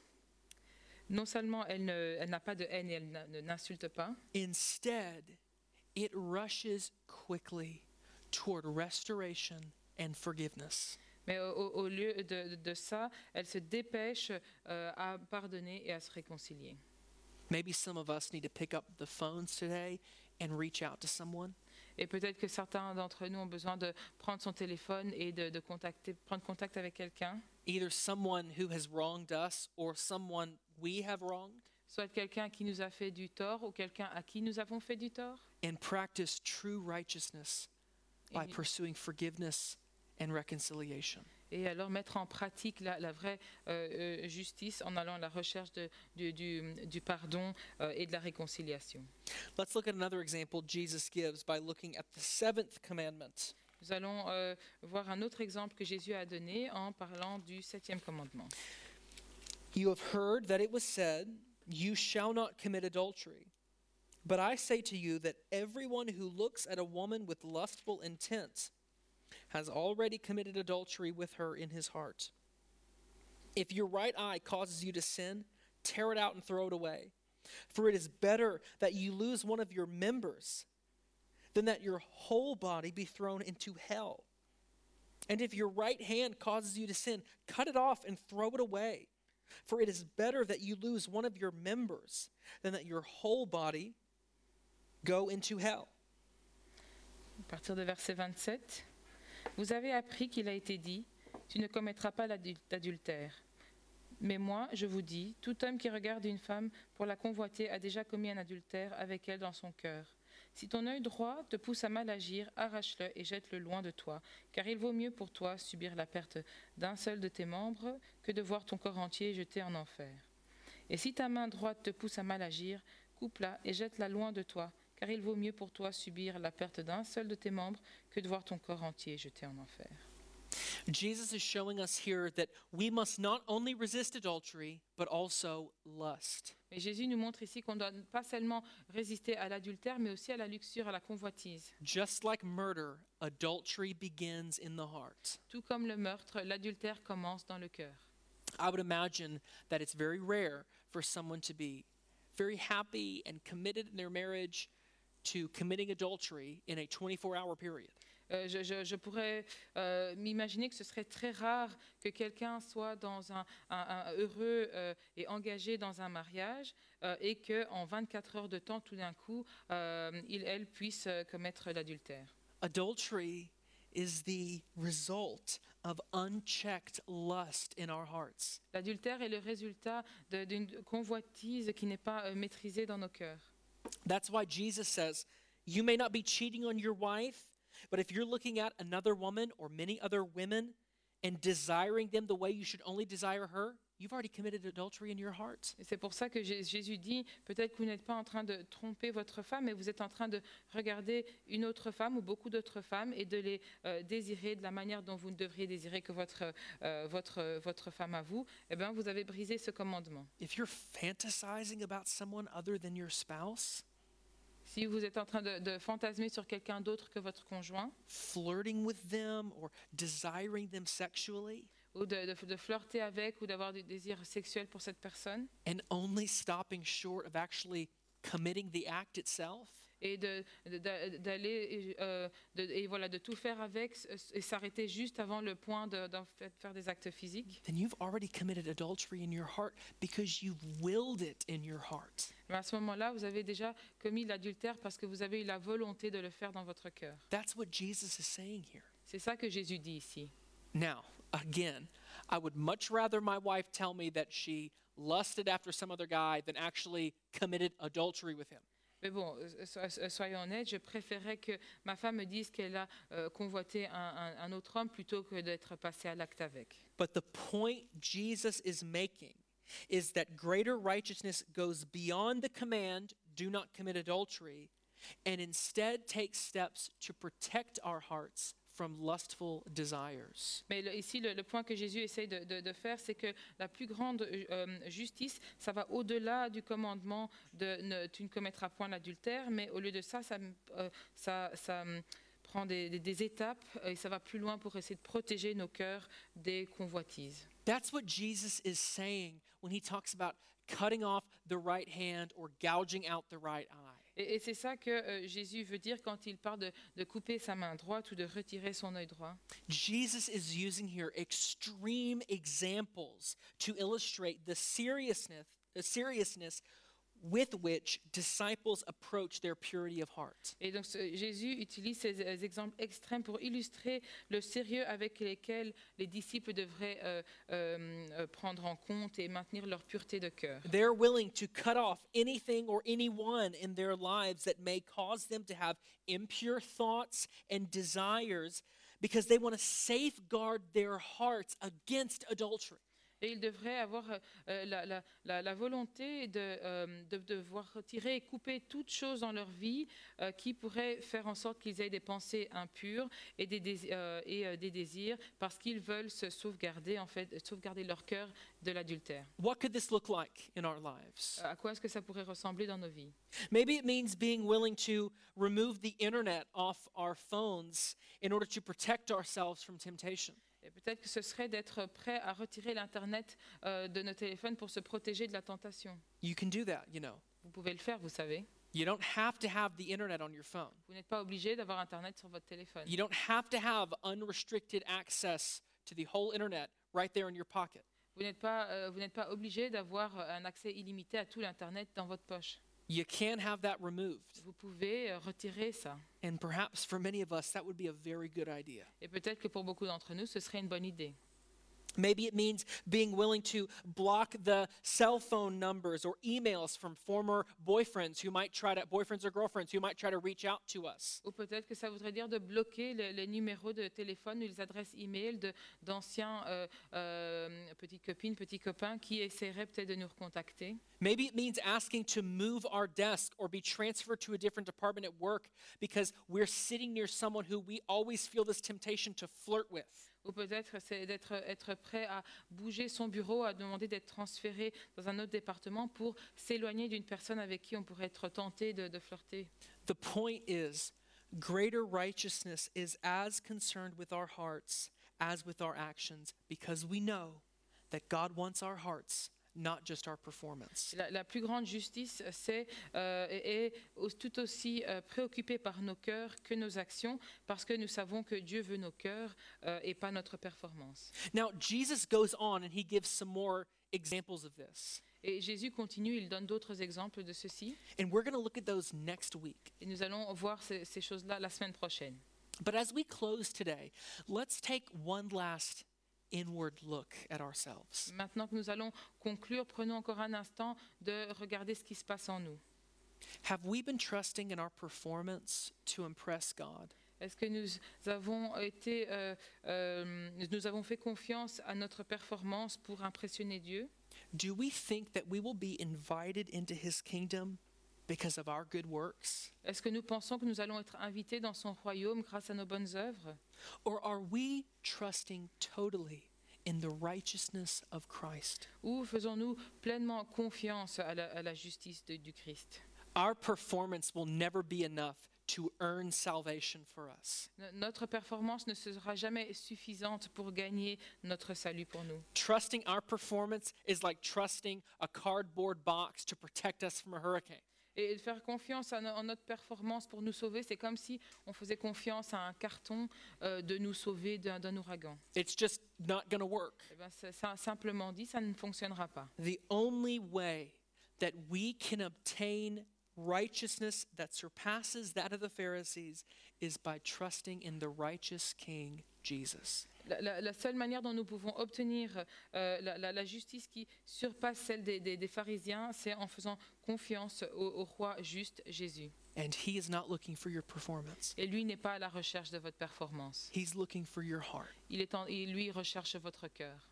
Speaker 2: non seulement elle ne- elle n'a pas de haine et elle n'a- ne- n'insulte pas,
Speaker 1: instead, it rushes quickly toward restoration and forgiveness.
Speaker 2: mais au, au- au lieu de, de- de ça, elle se dépêche euh, à pardonner et à se réconcilier.
Speaker 1: Maybe some of us need to pick up the phones today and reach out to someone.
Speaker 2: Et peut-être que certains d'entre nous ont besoin de prendre son téléphone et de, de contacter, prendre contact avec quelqu'un,
Speaker 1: either someone who has wronged us or someone we have wronged,
Speaker 2: soit quelqu'un qui nous a fait du tort ou quelqu'un à qui nous avons fait du tort,
Speaker 1: and practice true righteousness by
Speaker 2: Mhm.
Speaker 1: pursuing forgiveness and reconciliation.
Speaker 2: et alors mettre en pratique la, la vraie euh, euh, justice en allant à la recherche de- du, du- du pardon euh, et de la réconciliation.
Speaker 1: Let's look at another example Jesus gives by looking at the seventh commandment.
Speaker 2: Nous allons euh, voir un autre exemple que Jésus a donné en parlant du septième commandement.
Speaker 1: You have heard that it was said, You shall not commit adultery. But I say to you that everyone who looks at a woman with lustful intent has already committed adultery with her in his heart. If your right eye causes you to sin, tear it out and throw it away. For it is better that you lose one of your members than that your whole body be thrown into hell. And if your right hand causes you to sin, cut it off and throw it away. For it is better that you lose one of your members than that your whole body go into hell.
Speaker 2: À partir de verset 27, vous avez appris qu'il a été dit, tu ne commettras pas l'adul- l'adultère. Mais moi, je vous dis, tout homme qui regarde une femme pour la convoiter a déjà commis un adultère avec elle dans son cœur. Si ton œil droit te pousse à mal agir, arrache-le et jette-le loin de toi, car il vaut mieux pour toi subir la perte d'un seul de tes membres que de voir ton corps entier jeté en enfer. Et si ta main droite te pousse à mal agir, coupe-la et jette-la loin de toi, car il vaut mieux pour toi subir la perte d'un seul de tes membres que de voir ton corps entier jeté en enfer.
Speaker 1: Jesus is showing us here that we must not only resist adultery, but also lust.
Speaker 2: Mais Jésus nous montre ici qu'on doit pas seulement résister à l'adultère, mais aussi à la luxure, à la convoitise.
Speaker 1: Just like murder, adultery begins in the heart.
Speaker 2: Tout comme le meurtre, l'adultère commence dans le cœur.
Speaker 1: I would imagine that it's very rare for someone to be very happy and committed in their marriage to committing adultery in a 24 hour period.
Speaker 2: Euh, je, je- je pourrais euh, m'imaginer que ce serait très rare que quelqu'un soit dans un, un- un heureux euh, et engagé dans un mariage euh, et que en 24 heures de temps, tout d'un coup, euh, il, elle puisse euh, commettre l'adultère.
Speaker 1: Adultery is the result of unchecked lust in our hearts.
Speaker 2: L'adultère est le résultat de- d'une convoitise qui n'est pas euh, maîtrisée dans nos cœurs.
Speaker 1: That's why Jesus says, You may not be cheating on your wife, but if you're looking at another woman or many other women and desiring them the way you should only desire her, you've already committed adultery in your heart.
Speaker 2: Et C'est pour ça que Jé- Jésus dit, peut-être que vous n'êtes pas en train de tromper votre femme, mais vous êtes en train de regarder une autre femme ou beaucoup d'autres femmes et de les euh, désirer de la manière dont vous ne devriez désirer que votre, euh, votre, votre femme à vous. Eh bien, vous avez brisé ce commandement.
Speaker 1: If you're fantasizing about someone other than your spouse,
Speaker 2: Si vous êtes en train de, de fantasmer sur quelqu'un d'autre que votre conjoint
Speaker 1: flirting with them or desiring them sexually,
Speaker 2: ou de, de- de flirter avec ou d'avoir des désirs sexuels pour cette personne
Speaker 1: and only stopping short of actually committing the act itself,
Speaker 2: et de- de- d'a- d'aller euh, de- et voilà de tout faire avec s- et s'arrêter juste avant le point de, d'en fait- faire des actes physiques.
Speaker 1: then you've already committed adultery in your heart because you've willed it in your heart.
Speaker 2: Mais à ce moment-là, vous avez déjà commis l'adultère parce que vous avez eu la volonté de le faire dans votre cœur.
Speaker 1: That's what Jesus is saying here.
Speaker 2: C'est ça que Jésus dit ici.
Speaker 1: Now, again, I would much rather my wife tell me that she lusted after some other guy than actually committed adultery with him.
Speaker 2: Mais bon, euh, so- euh, soyons honnêtes, je préférais que ma femme me dise qu'elle a euh, convoité un, un- un autre homme plutôt que d'être passée à l'acte avec.
Speaker 1: But the point Jesus is making is that greater righteousness goes beyond the command, do not commit adultery, and instead takes steps to protect our hearts from lustful desires.
Speaker 2: Mais le- ici, le, le point que Jésus essaye de, de- de faire, c'est que la plus grande euh, euh, justice, ça va au-delà du commandement de ne, tu ne commettras point l'adultère, mais au lieu de ça, ça, m- euh, ça- ça, hum, prend des, des- des étapes euh, et ça va plus loin pour essayer de protéger nos cœurs des convoitises.
Speaker 1: That's what Jesus is saying when he talks about cutting off the right hand or gouging out the right eye.
Speaker 2: Et, et c'est ça que euh, Jésus veut dire quand il parle de, de couper sa main droite ou de retirer son œil droit.
Speaker 1: Jesus is using here extreme examples to illustrate the seriousness, the seriousness with which disciples approach their purity of heart.
Speaker 2: Et donc ce- Jésus utilise ces euh, exemples extrêmes pour illustrer le sérieux avec lesquels les disciples devraient euh, euh, euh, prendre en compte et maintenir leur pureté de cœur.
Speaker 1: They're willing to cut off anything or anyone in their lives that may cause them to have impure thoughts and desires because they want to safeguard their hearts against adultery.
Speaker 2: Et ils devraient avoir euh, euh, la, la- la- la volonté de, euh, de devoir retirer et couper toute chose dans leur vie euh, qui pourrait faire en sorte qu'ils aient des pensées impures et des, dés- euh, et, euh, des désirs parce qu'ils veulent se sauvegarder, en fait, sauvegarder leur cœur de l'adultère. Euh,
Speaker 1: What could this look like in our lives?
Speaker 2: À quoi est-ce que ça pourrait ressembler dans nos vies
Speaker 1: Maybe it means being willing to remove the internet off our phones in order to protect ourselves from temptation.
Speaker 2: Et peut-être que ce serait d'être prêt à retirer l'Internet euh, de nos téléphones pour se protéger de la tentation.
Speaker 1: You can do that, you know.
Speaker 2: Vous pouvez le faire, vous savez.
Speaker 1: You don't have to have the internet on your phone.
Speaker 2: Vous n'êtes pas obligé d'avoir Internet sur votre téléphone.
Speaker 1: You don't have to have unrestricted access to the whole internet right there in your pocket.
Speaker 2: Vous n'êtes pas, euh, vous n'êtes pas obligé d'avoir euh, un accès illimité à tout l'Internet dans votre poche.
Speaker 1: You can have that removed.
Speaker 2: Vous pouvez euh, retirer ça.
Speaker 1: And perhaps for many of us, that would be a very good idea.
Speaker 2: Et peut-être que pour beaucoup d'entre nous, ce serait une bonne idée.
Speaker 1: Maybe it means being willing to block the cell phone numbers or emails from former boyfriends who might try to, boyfriends or girlfriends who might try to reach out to us.
Speaker 2: Ou peut-être que ça voudrait dire de bloquer le- les numéros de téléphone ou les adresses e-mail de- d'anciens euh, euh, petites copines, petits copains qui essaieraient peut-être de nous recontacter.
Speaker 1: Maybe it means asking to move our desk or be transferred to a different department at work because we're sitting near someone who we always feel this temptation to flirt with.
Speaker 2: Ou peut-être c'est d'être être prêt à bouger son bureau, à demander d'être transféré dans un autre département pour s'éloigner d'une personne avec qui on pourrait être tenté de, de flirter.
Speaker 1: The point is, greater righteousness is as concerned with our hearts as with our actions because we know that God wants our hearts, not just our performance.
Speaker 2: La, la plus grande justice euh, c'est, euh, est, est au- tout aussi euh, préoccupée par nos cœurs que nos actions, parce que nous savons que Dieu veut nos cœurs euh, et pas notre performance.
Speaker 1: Now, Jesus goes on and he gives some more examples of this.
Speaker 2: Et Jésus continue, il donne d'autres exemples de ceci,
Speaker 1: And we're going to look at those next week.
Speaker 2: et nous allons voir ces, ces choses-là la semaine prochaine.
Speaker 1: But as we close today, let's take one last inward look at ourselves.
Speaker 2: Maintenant que nous allons conclure, prenons encore un instant de regarder ce qui se passe en nous.
Speaker 1: Have we been trusting in our performance to impress God?
Speaker 2: Est-ce que nous avons, été, euh, euh, nous avons fait confiance à notre performance pour impressionner Dieu
Speaker 1: Do we think that we will be invited into his kingdom because of our good works?
Speaker 2: Est-ce que nous pensons que nous allons être invités dans son royaume grâce à nos bonnes œuvres
Speaker 1: Or are we trusting totally in the righteousness of Christ?
Speaker 2: Ou faisons-nous pleinement confiance à la, à la justice de- du Christ
Speaker 1: Our performance will never be enough to earn salvation for us.
Speaker 2: No- Notre performance ne sera jamais suffisante pour gagner notre salut pour nous.
Speaker 1: Trusting our performance is like trusting a cardboard box to protect us from a hurricane.
Speaker 2: Et de faire confiance à no- en notre performance pour nous sauver, c'est comme si on faisait confiance à un carton euh, de nous sauver d'un d'un ouragan.
Speaker 1: It's just not going to work.
Speaker 2: Eh ben, ça- ça, simplement dit, ça ne fonctionnera pas.
Speaker 1: The only way that we can obtain righteousness that surpasses that of the Pharisees is by trusting in the righteous King Jesus.
Speaker 2: La, la- la seule manière dont nous pouvons obtenir euh, la, la- la justice qui surpasse celle des, des- des pharisiens, c'est en faisant confiance au, au roi juste Jésus.
Speaker 1: And He is not looking for your performance,
Speaker 2: Et lui n'est pas à la recherche de votre performance.
Speaker 1: He's looking for your heart.
Speaker 2: Il est en- et lui recherche votre cœur.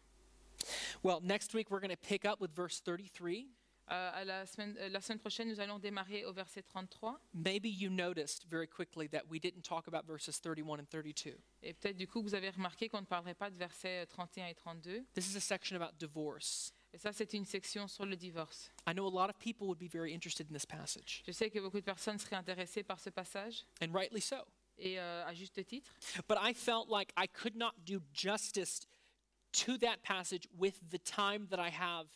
Speaker 1: Well, next week we're going to pick up with verse 33.
Speaker 2: Euh, à la, semaine, euh, la semaine prochaine, nous allons démarrer au verset 33.
Speaker 1: Maybe you noticed very quickly that we didn't talk about verses 31 and 32.
Speaker 2: Et peut-être du coup, vous avez remarqué qu'on ne parlerait pas de versets 31 et 32.
Speaker 1: This is a section about divorce.
Speaker 2: Et ça, c'est une section sur le divorce.
Speaker 1: I know a lot of people would be very interested in this passage,
Speaker 2: Je sais que beaucoup de personnes seraient intéressées par ce passage,
Speaker 1: and rightly so.
Speaker 2: et euh, à juste titre.
Speaker 1: But I felt like I could not do justice to that passage with the time that I have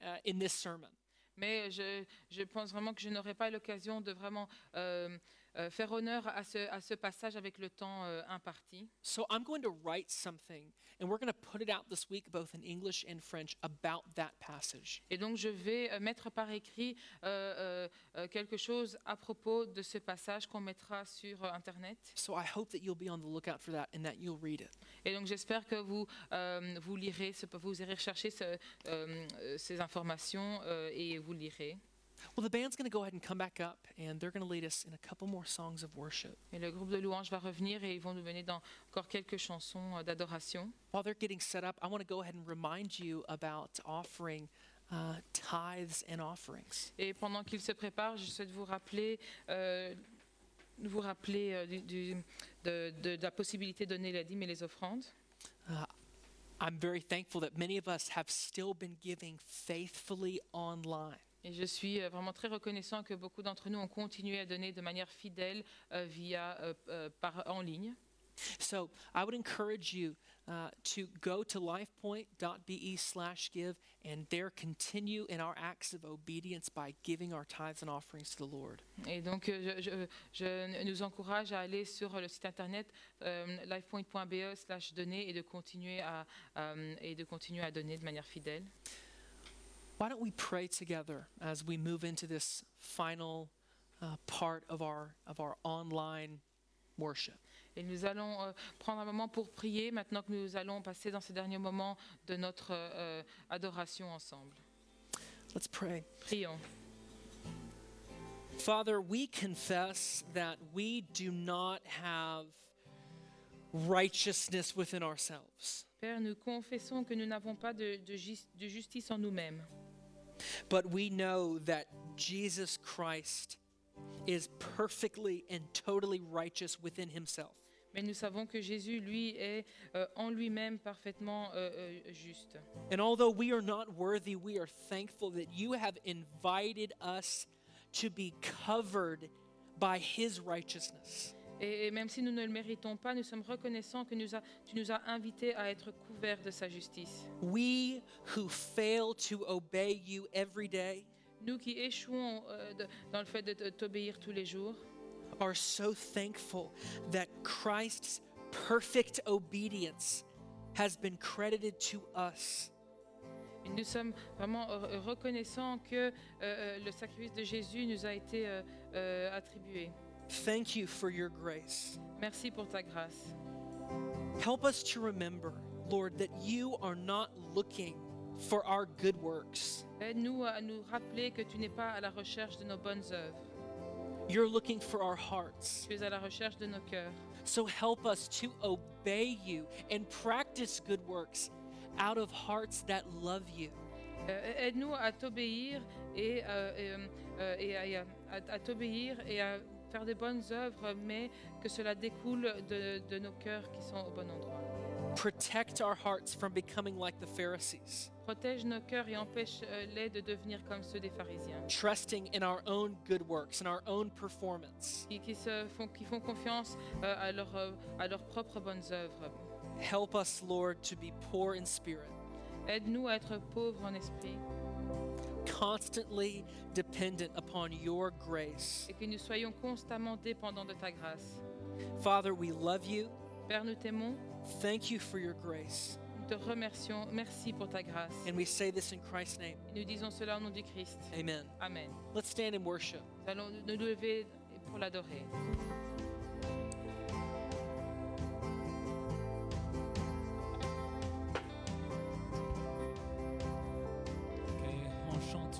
Speaker 1: uh, in this sermon.
Speaker 2: Mais je, je pense vraiment que je n'aurai pas l'occasion de vraiment euh, euh, faire honneur à ce, à ce passage avec le temps euh, imparti.
Speaker 1: So I'm going to write something, and we're going to put it out this week, both in English and French, about that passage.
Speaker 2: Et donc je vais euh, mettre par écrit euh, euh, euh, quelque chose à propos de ce passage qu'on mettra sur euh, Internet.
Speaker 1: So I hope that you'll be on the lookout for that and that you'll read it.
Speaker 2: Et donc j'espère que vous, euh, vous lirez, ce- vous irez rechercher ce- euh, euh, ces informations euh, et vous lirez.
Speaker 1: Well, the band's going to go ahead and come back up, and they're going to lead us in a couple more songs of worship.
Speaker 2: Et le groupe de louanges va revenir et ils vont nous mener dans encore quelques chansons euh, d'adoration.
Speaker 1: While they're getting set up, I want to go ahead and remind you about offering uh, tithes and offerings.
Speaker 2: Et pendant qu'il se prépare, je souhaite vous rappeler, euh, vous rappeler euh, du- du- de, de- de la possibilité de donner la dîme et les offrandes.
Speaker 1: I'm very thankful that many of us have still been giving faithfully online.
Speaker 2: Et je suis euh, vraiment très reconnaissant que beaucoup d'entre nous ont continué à donner de manière fidèle euh, via, euh, euh, par, en ligne.
Speaker 1: So I would encourage you uh, to go to lifepoint.be slash give and there continue in our acts of obedience by giving our tithes and offerings to the Lord.
Speaker 2: Et donc, euh, je, je- je nous encourage à aller sur le site internet euh, lifepoint.be slash donner et de continuer à euh, et de continuer à donner de manière fidèle.
Speaker 1: Why don't we pray together as we move into this final uh, part of our, of our online worship.
Speaker 2: Et nous allons euh, prendre un moment pour prier maintenant que nous allons passer dans ces derniers moments de notre euh, euh, adoration ensemble.
Speaker 1: Let's pray.
Speaker 2: Prions.
Speaker 1: Father, we confess that we do not have righteousness within ourselves,
Speaker 2: Père, nous confessons que nous n'avons pas de, de jus- de justice en nous-mêmes,
Speaker 1: but we know that Jesus Christ is perfectly and totally righteous within himself.
Speaker 2: mais nous savons que Jésus, lui, est euh, en lui-même parfaitement euh, euh, juste.
Speaker 1: And although we are not worthy, we are thankful that you have invited us to be covered by his righteousness.
Speaker 2: Et, et même si nous ne le méritons pas, nous sommes reconnaissants que nous a- tu nous as invités à être couverts de sa justice.
Speaker 1: We who fail to obey you every day
Speaker 2: Nous qui échouons euh, de- dans le fait de t- t'obéir tous les jours,
Speaker 1: are so thankful that Christ's perfect obedience has been credited to us.
Speaker 2: Et nous sommes vraiment re- reconnaissants que euh, euh, le sacrifice de Jésus nous a été euh, euh, attribué.
Speaker 1: Thank you for your grace.
Speaker 2: Merci pour ta grâce.
Speaker 1: Help us to remember, Lord, that you are not looking for our good works.
Speaker 2: Aide-nous à nous rappeler que tu n'es pas à la recherche de nos bonnes œuvres,
Speaker 1: You're looking for our hearts.
Speaker 2: tu es à la recherche de nos cœurs.
Speaker 1: So help us to obey you and practice good works out of hearts that love you.
Speaker 2: Euh, Aide-nous à t'obéir et, euh, et, euh, euh, et à- et à, à- à t'obéir et à faire des bonnes œuvres, mais que cela découle de, de nos cœurs qui sont au bon endroit.
Speaker 1: Protect our hearts from becoming like the Pharisees,
Speaker 2: Protège nos cœurs et empêche-les de devenir comme ceux des pharisiens.
Speaker 1: trusting in our own good works and our own performance.
Speaker 2: qui, qui se font, qui font confiance euh, à, leur, euh, à leurs propres bonnes œuvres.
Speaker 1: Help us, Lord, to be poor in spirit,
Speaker 2: Aide-nous à être pauvres en esprit
Speaker 1: constantly dependent upon your grace.
Speaker 2: et que nous soyons constamment dépendants de ta grâce.
Speaker 1: Father, we love you.
Speaker 2: Père, nous t'aimons,
Speaker 1: Thank you for your grace.
Speaker 2: nous te remercions, merci pour ta grâce.
Speaker 1: And we say this in Christ's name.
Speaker 2: Et nous disons cela au nom du Christ.
Speaker 1: Amen.
Speaker 2: Amen.
Speaker 1: Let's stand and worship.
Speaker 2: Nous allons nous lever pour l'adorer.
Speaker 3: Ok, on chante